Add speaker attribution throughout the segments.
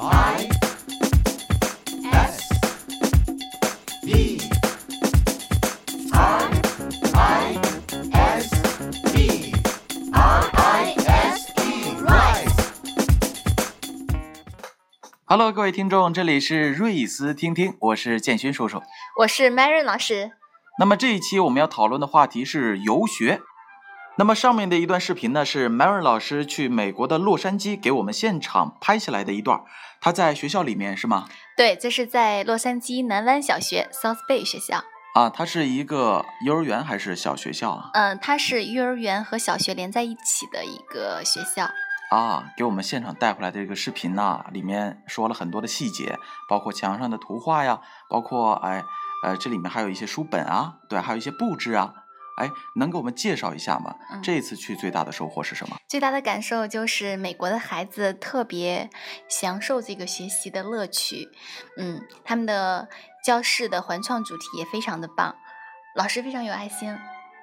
Speaker 1: I S B I I S B R I S E rise。
Speaker 2: Hello，各位听众，这里是瑞思听听，我是建勋叔叔。
Speaker 3: 我是 Mary 老师。
Speaker 2: 那么这一期我们要讨论的话题是游学。那么上面的一段视频呢，是 Mary 老师去美国的洛杉矶给我们现场拍下来的一段儿。他在学校里面是吗？
Speaker 3: 对，这是在洛杉矶南湾小学 South Bay 学校。
Speaker 2: 啊，他是一个幼儿园还是小学校啊？
Speaker 3: 嗯，它是幼儿园和小学连在一起的一个学校。
Speaker 2: 啊，给我们现场带回来的这个视频呐、里面说了很多的细节，包括墙上的图画呀，包括哎呃这里面还有一些书本啊，对，还有一些布置啊。哎，能给我们介绍一下吗？
Speaker 3: 嗯
Speaker 2: 这次去最大的收获是什么？
Speaker 3: 最大的感受就是美国的孩子特别享受这个学习的乐趣。嗯，他们的教室的环创主题也非常的棒，老师非常有爱心。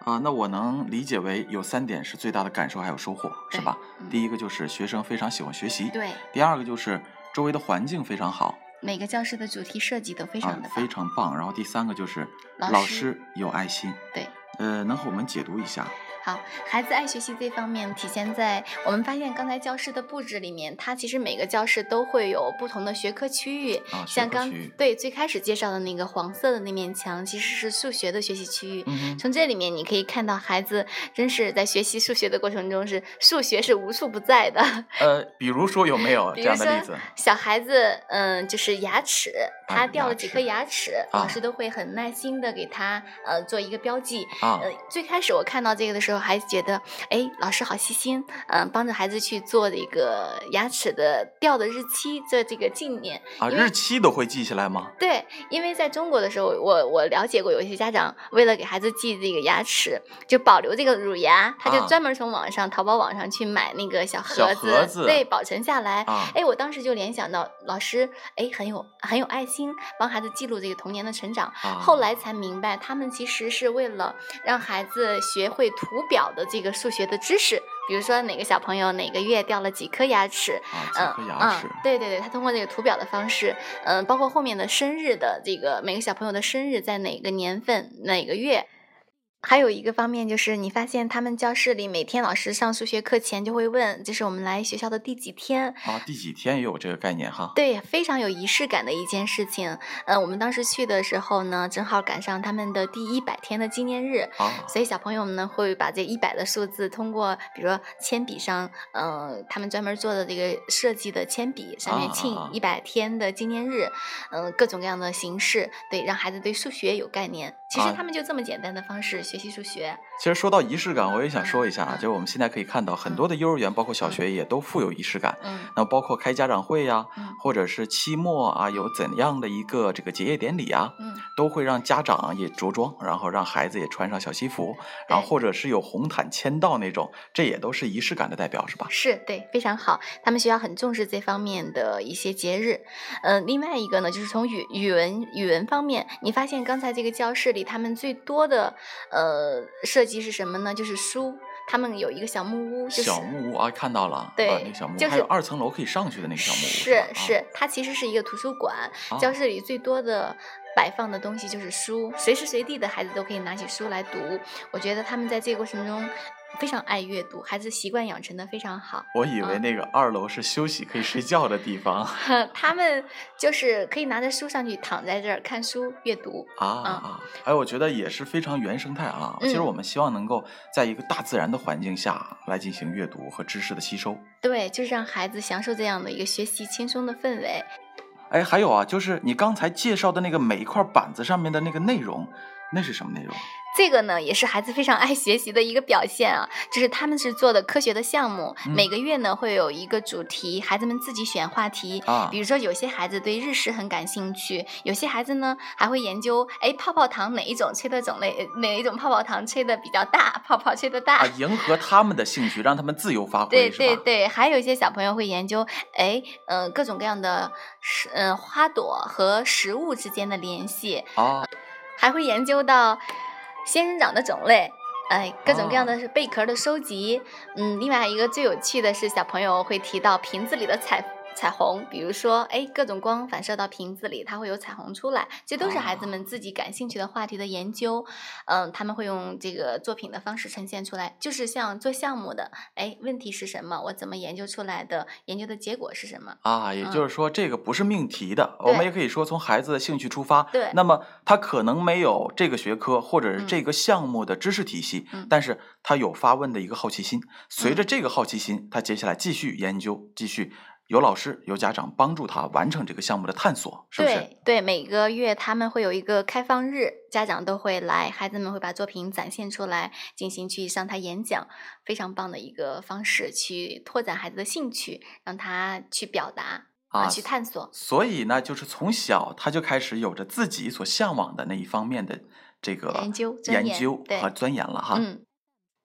Speaker 2: 啊，那我能理解为有三点是最大的感受还有收获，是吧？
Speaker 3: 嗯
Speaker 2: 第一个就是学生非常喜欢学习，
Speaker 3: 对，
Speaker 2: 第二个就是周围的环境非常好，
Speaker 3: 每个教室的主题设计都非
Speaker 2: 啊
Speaker 3: 常的，棒。
Speaker 2: 非常棒。然后第三个就是
Speaker 3: 老
Speaker 2: 老
Speaker 3: 师
Speaker 2: 师有爱心，
Speaker 3: 对，
Speaker 2: 呃，能和我们解读一下？
Speaker 3: 好，孩子爱学习这方面体现在我们发现刚才教室的布置里面，它其实每个教室都会有不同的学科区域，
Speaker 2: 啊学
Speaker 3: 像
Speaker 2: 科
Speaker 3: 刚
Speaker 2: 区域
Speaker 3: 对最开始介绍的那个黄色的那面墙，其实是数学的学习区域。
Speaker 2: 嗯哼。
Speaker 3: 从这里面你可以看到，孩子真是在学习数学的过程中是数学是无处不在的。
Speaker 2: 呃，比如说有没有
Speaker 3: 比
Speaker 2: 这
Speaker 3: 如
Speaker 2: 样
Speaker 3: 说
Speaker 2: 的例子？
Speaker 3: 小孩子，嗯，就是牙齿，
Speaker 2: 啊
Speaker 3: 他掉
Speaker 2: 牙
Speaker 3: 了几颗
Speaker 2: 齿
Speaker 3: 牙齿，
Speaker 2: 啊
Speaker 3: 老师都会很耐心的给他呃做一个标记。
Speaker 2: 啊
Speaker 3: 呃，最开始我看到这个的时候，还觉得，哎，老师好细心，嗯、帮着孩子去做这个牙齿的掉的日期，做这个纪念。
Speaker 2: 啊，
Speaker 3: 因为
Speaker 2: 日期都会记下来吗？
Speaker 3: 对，因为在中国的时候，我我了解过，有一些家长为了给孩子记这个牙齿，就保留这个乳牙，他
Speaker 2: 啊
Speaker 3: 就专门从网上、淘宝网上去买那个小
Speaker 2: 小
Speaker 3: 盒
Speaker 2: 盒子
Speaker 3: 对，保存下来。
Speaker 2: 啊，
Speaker 3: 哎，我当时就联想到老师，哎，很有很有爱心，帮孩子记录这个童年的成长。
Speaker 2: 啊
Speaker 3: 后来才明白，他们其实是为了让孩子学会图表的这个数学的知识，比如说哪个小朋友哪个月掉了几颗牙齿。
Speaker 2: 啊，几颗
Speaker 3: 嗯
Speaker 2: 牙齿
Speaker 3: 嗯，对对对，他通过这个图表的方式，嗯，包括后面的生日的这个每个小朋友的生日在哪个年份哪个月，还有一个方面就是，你发现他们教室里每天老师上数学课前就会问，这是我们来学校的第几天，
Speaker 2: 啊，第几天也有这个概念哈？
Speaker 3: 对，非常有仪式感的一件事情。呃，我们当时去的时候呢，正好赶上他们的第一百天的纪念日，
Speaker 2: 啊，
Speaker 3: 所以小朋友们呢会把这一百的数字通过，比如说铅笔上，呃，他们专门做的这个设计的铅笔上
Speaker 2: 啊
Speaker 3: 面庆
Speaker 2: 啊啊
Speaker 3: 一百天的纪念日，嗯、各种各样的形式，对，让孩子对数学有概念。其实
Speaker 2: 啊
Speaker 3: 他们就这么简单的方式学习数学。
Speaker 2: 其实说到仪式感，我也想说一下啊，
Speaker 3: 嗯
Speaker 2: 就是我们现在可以看到很多的幼儿园，包括小学也都富有仪式感。
Speaker 3: 嗯
Speaker 2: 那包括开家长会呀、
Speaker 3: 嗯
Speaker 2: 或者是期末啊，有怎样的一个这个结业典礼啊，
Speaker 3: 嗯，
Speaker 2: 都会让家长也着装，然后让孩子也穿上小西服，然后
Speaker 3: 对
Speaker 2: 或者是有红毯签到那种，这也都是仪式感的代表，是吧？
Speaker 3: 是对，非常好。他们学校很重视这方面的一些节日。呃，另外一个呢，就是从语语文语文方面，你发现刚才这个教室里他们最多的呃设计是什么呢？就是书，他们有一个小木屋，就是
Speaker 2: 小木屋啊，看到了，
Speaker 3: 对
Speaker 2: 啊、那个小木屋、
Speaker 3: 就是
Speaker 2: 还有二层楼可以上去的那个小木屋，
Speaker 3: 是
Speaker 2: 吧
Speaker 3: 是，它其实是一个图书馆，
Speaker 2: 啊、
Speaker 3: 教室里最多的摆放的东西就是书，随时随地的孩子都可以拿起书来读。我觉得他们在这个过程中非常爱阅读，孩子习惯养成的非常好。
Speaker 2: 我以为那个二楼是休息可以睡觉的地方
Speaker 3: 他们就是可以拿着书上去躺在这儿看书阅读。
Speaker 2: 啊啊！哎，我觉得也是非常原生态啊。其实
Speaker 3: 嗯
Speaker 2: 我们希望能够在一个大自然的环境下来进行阅读和知识的吸收。
Speaker 3: 对，就是让孩子享受这样的一个学习轻松的氛围。
Speaker 2: 哎，还有啊，就是你刚才介绍的那个每一块板子上面的那个内容，那是什么内容？
Speaker 3: 这个呢，也是孩子非常爱学习的一个表现啊。就是他们是做的科学的项目，
Speaker 2: 嗯
Speaker 3: 每个月呢会有一个主题，孩子们自己选话题。
Speaker 2: 啊
Speaker 3: 比如说，有些孩子对日食很感兴趣，有些孩子呢还会研究，哎，泡泡糖哪一种吹的种类，呃哪一种泡泡糖吹的比较大，泡泡吹的大。
Speaker 2: 啊，迎合他们的兴趣，让他们自由发挥，
Speaker 3: 对
Speaker 2: 是
Speaker 3: 对
Speaker 2: 吧？
Speaker 3: 对，还有一些小朋友会研究，哎，嗯、各种各样的食，嗯、花朵和食物之间的联系，
Speaker 2: 啊
Speaker 3: 还会研究到仙人掌的种类。哎，各种各样
Speaker 2: 啊
Speaker 3: 的是贝壳的收集，嗯，另外一个最有趣的是小朋友会提到瓶子里的彩彩虹，比如说，哎，各种光反射到瓶子里，它会有彩虹出来，这都是孩子
Speaker 2: 啊
Speaker 3: 们自己感兴趣的话题的研究，嗯，他们会用这个作品的方式呈现出来，就是像做项目的，哎，问题是什么，我怎么研究出来的，研究的结果是什么，
Speaker 2: 啊，也就是说，这个不是命题的，我们
Speaker 3: 嗯对
Speaker 2: 也可以说从孩子的兴趣出发。
Speaker 3: 对
Speaker 2: 那么他可能没有这个学科或者是
Speaker 3: 嗯
Speaker 2: 这个项目的知识体系，
Speaker 3: 嗯
Speaker 2: 但是他有发问的一个好奇心。随着这个好奇心，他接下来继续研究，继续有老师有家长帮助他完成这个项目的探索，是不是？
Speaker 3: 对对，每个月他们会有一个开放日，家长都会来，孩子们会把作品展现出来，进行去上台演讲，非常棒的一个方式去拓展孩子的兴趣，让他去表达
Speaker 2: 啊
Speaker 3: 去探索。
Speaker 2: 所以呢，就是从小他就开始有着自己所向往的那一方面的这个
Speaker 3: 研究钻
Speaker 2: 研
Speaker 3: 研
Speaker 2: 究
Speaker 3: 对
Speaker 2: 和钻研了哈。
Speaker 3: 嗯，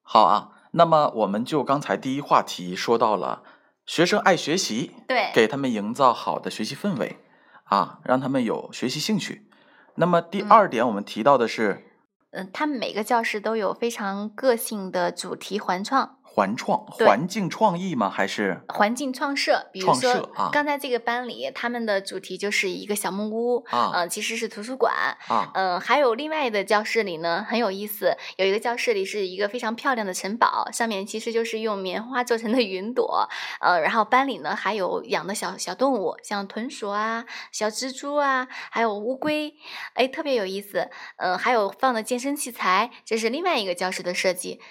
Speaker 2: 好啊，那么我们就刚才第一话题说到了学生爱学习，
Speaker 3: 对，
Speaker 2: 给他们营造好的学习氛围啊，让他们有学习兴趣。那么第二点，我们提到的是
Speaker 3: 嗯，他们每个教室都有非常个性的主题环创。
Speaker 2: 环创、
Speaker 3: 对
Speaker 2: 环境创意吗？还是
Speaker 3: 环境创设，比如
Speaker 2: 创设
Speaker 3: 说、
Speaker 2: 啊
Speaker 3: 刚才这个班里，他们的主题就是一个小木屋，
Speaker 2: 啊
Speaker 3: 呃，其实是图书馆，
Speaker 2: 啊
Speaker 3: 嗯，还有另外的教室里呢，很有意思。有一个教室里是一个非常漂亮的城堡，上面其实就是用棉花做成的云朵。呃，然后班里呢还有养的小小动物，像豚鼠啊、小蜘蛛啊，还有乌龟，哎，特别有意思。嗯、还有放的健身器材，这是另外一个教室的设计。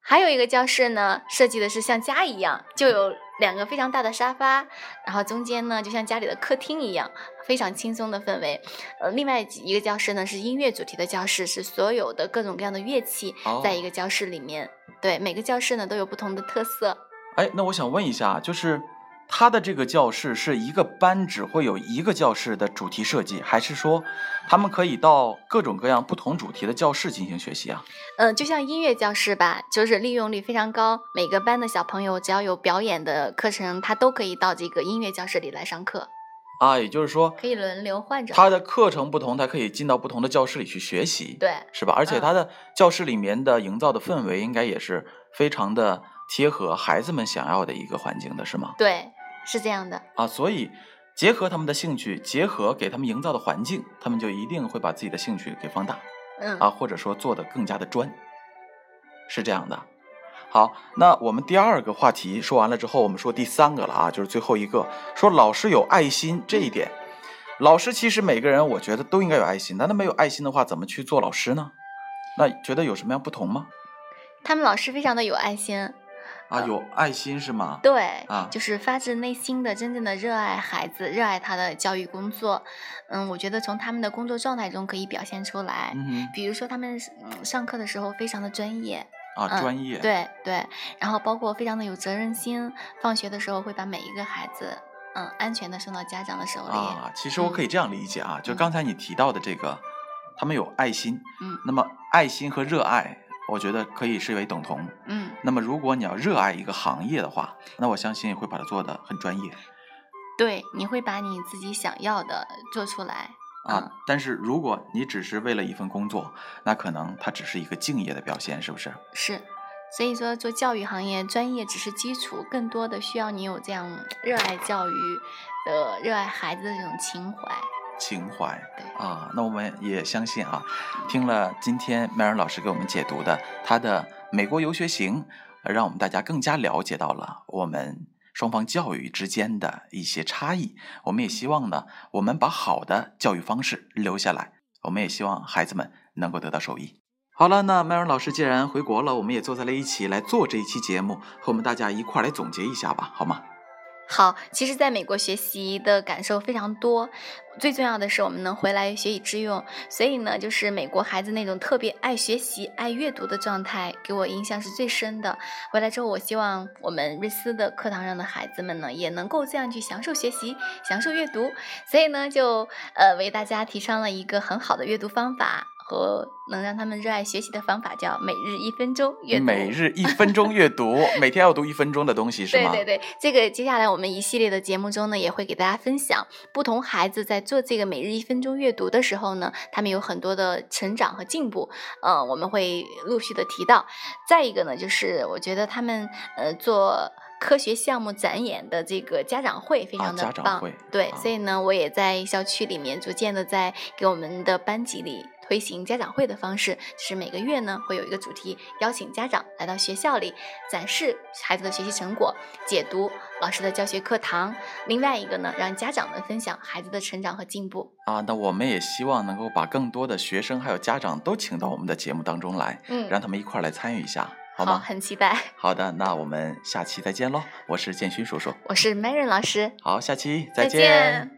Speaker 3: 还有一个教室呢，设计的是像家一样，就有两个非常大的沙发，然后中间呢就像家里的客厅一样，非常轻松的氛围。呃，另外一个教室呢是音乐主题的教室，是所有的各种各样的乐器
Speaker 2: 哦
Speaker 3: 呃在一个教室里面。对，每个教室呢都有不同的特色。
Speaker 2: 哎，那我想问一下，就是他的这个教室是一个班只会有一个教室的主题设计，还是说他们可以到各种各样不同主题的教室进行学习啊？
Speaker 3: 嗯、就像音乐教室吧，就是利用率非常高，每个班的小朋友只要有表演的课程，他都可以到这个音乐教室里来上课，
Speaker 2: 啊，也就是说，
Speaker 3: 可以轮流换着。
Speaker 2: 他的课程不同，他可以进到不同的教室里去学习，
Speaker 3: 对，
Speaker 2: 是吧？而且
Speaker 3: 嗯
Speaker 2: 他的教室里面的营造的氛围，应该也是非常的贴合孩子们想要的一个环境的，是吗？
Speaker 3: 对，是这样的。
Speaker 2: 啊，所以结合他们的兴趣，结合给他们营造的环境，他们就一定会把自己的兴趣给放大。
Speaker 3: 嗯，
Speaker 2: 啊，或者说做的更加的专，是这样的。好，那我们第二个话题说完了之后，我们说第三个了啊，就是最后一个，说老师有爱心这一点。老师其实每个人我觉得都应该有爱心，难道没有爱心的话，怎么去做老师呢？那觉得有什么样不同吗？
Speaker 3: 他们老师非常的有爱心，
Speaker 2: 啊，有爱心是吗？
Speaker 3: 对，
Speaker 2: 啊
Speaker 3: 就是发自内心的、真正的热爱孩子，热爱他的教育工作。嗯，我觉得从他们的工作状态中可以表现出来。
Speaker 2: 嗯
Speaker 3: 比如说，他们是嗯上课的时候非常的专业，
Speaker 2: 哼，啊，
Speaker 3: 嗯
Speaker 2: 专业，
Speaker 3: 对对，然后包括非常的有责任心，放学的时候会把每一个孩子，嗯，安全的送到家长的手里。
Speaker 2: 啊，其实我可以这样理解啊，就
Speaker 3: 嗯
Speaker 2: 刚才你提到的这个，他们有爱心，
Speaker 3: 嗯
Speaker 2: 那么爱心和热爱，我觉得可以视为等同，
Speaker 3: 嗯，
Speaker 2: 那么，如果你要热爱一个行业的话，那我相信会把它做得很专业
Speaker 3: 对，你会把你自己想要的做出来。
Speaker 2: 啊。
Speaker 3: 嗯
Speaker 2: 但是，如果你只是为了一份工作，那可能它只是一个敬业的表现，是不是？
Speaker 3: 是，所以说做教育行业，专业只是基础，更多的需要你有这样热爱教育的、热爱孩子的这种情怀。
Speaker 2: 情怀
Speaker 3: 对
Speaker 2: 啊。那我们也相信啊，听了今天麦尔老师给我们解读的他的《美国游学行》，呃让我们大家更加了解到了我们。双方教育之间的一些差异，我们也希望呢，我们把好的教育方式留下来，我们也希望孩子们能够得到受益。好了，那麦尔老师既然回国了，我们也坐在了一起来做这一期节目，和我们大家一块儿来总结一下吧，好吗？
Speaker 3: 好，其实在美国学习的感受非常多，最重要的是我们能回来学以致用。所以呢，就是美国孩子那种特别爱学习、爱阅读的状态，给我印象是最深的。回来之后，我希望我们瑞思的课堂上的孩子们呢，也能够这样去享受学习、享受阅读。所以呢，就呃为大家提倡了一个很好的阅读方法。和能让他们热爱学习的方法叫每日一分钟阅读。
Speaker 2: 每日一分钟阅读，每天要读一分钟的东西是
Speaker 3: 对
Speaker 2: 吗？
Speaker 3: 对对，这个接下来我们一系列的节目中呢，也会给大家分享不同孩子在做这个每日一分钟阅读的时候呢，他们有很多的成长和进步。嗯，我们会陆续的提到。再一个呢，就是我觉得他们呃做。科学项目展演的这个家长会非
Speaker 2: 啊
Speaker 3: 常的
Speaker 2: 家长
Speaker 3: 棒，
Speaker 2: 会
Speaker 3: 对，
Speaker 2: 啊
Speaker 3: 所以呢，我也在校区里面逐渐的在给我们的班级里推行家长会的方式，就是每个月呢会有一个主题，邀请家长来到学校里展示孩子的学习成果，解读老师的教学课堂。另外一个呢，让家长们分享孩子的成长和进步。
Speaker 2: 啊，那我们也希望能够把更多的学生还有家长都请到我们的节目当中来，
Speaker 3: 嗯，
Speaker 2: 让他们一块儿来参与一下，好
Speaker 3: 好，
Speaker 2: 吗？
Speaker 3: 很期待。
Speaker 2: 好的，那我们下期再见喽！我是建勋叔叔，
Speaker 3: 我是 Maren 老师，
Speaker 2: 好，下期
Speaker 3: 再见